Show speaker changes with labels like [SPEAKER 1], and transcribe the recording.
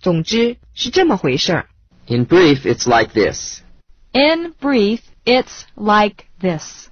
[SPEAKER 1] 总之是这么回事儿。
[SPEAKER 2] In brief, it's like this.
[SPEAKER 3] In brief, it's like this.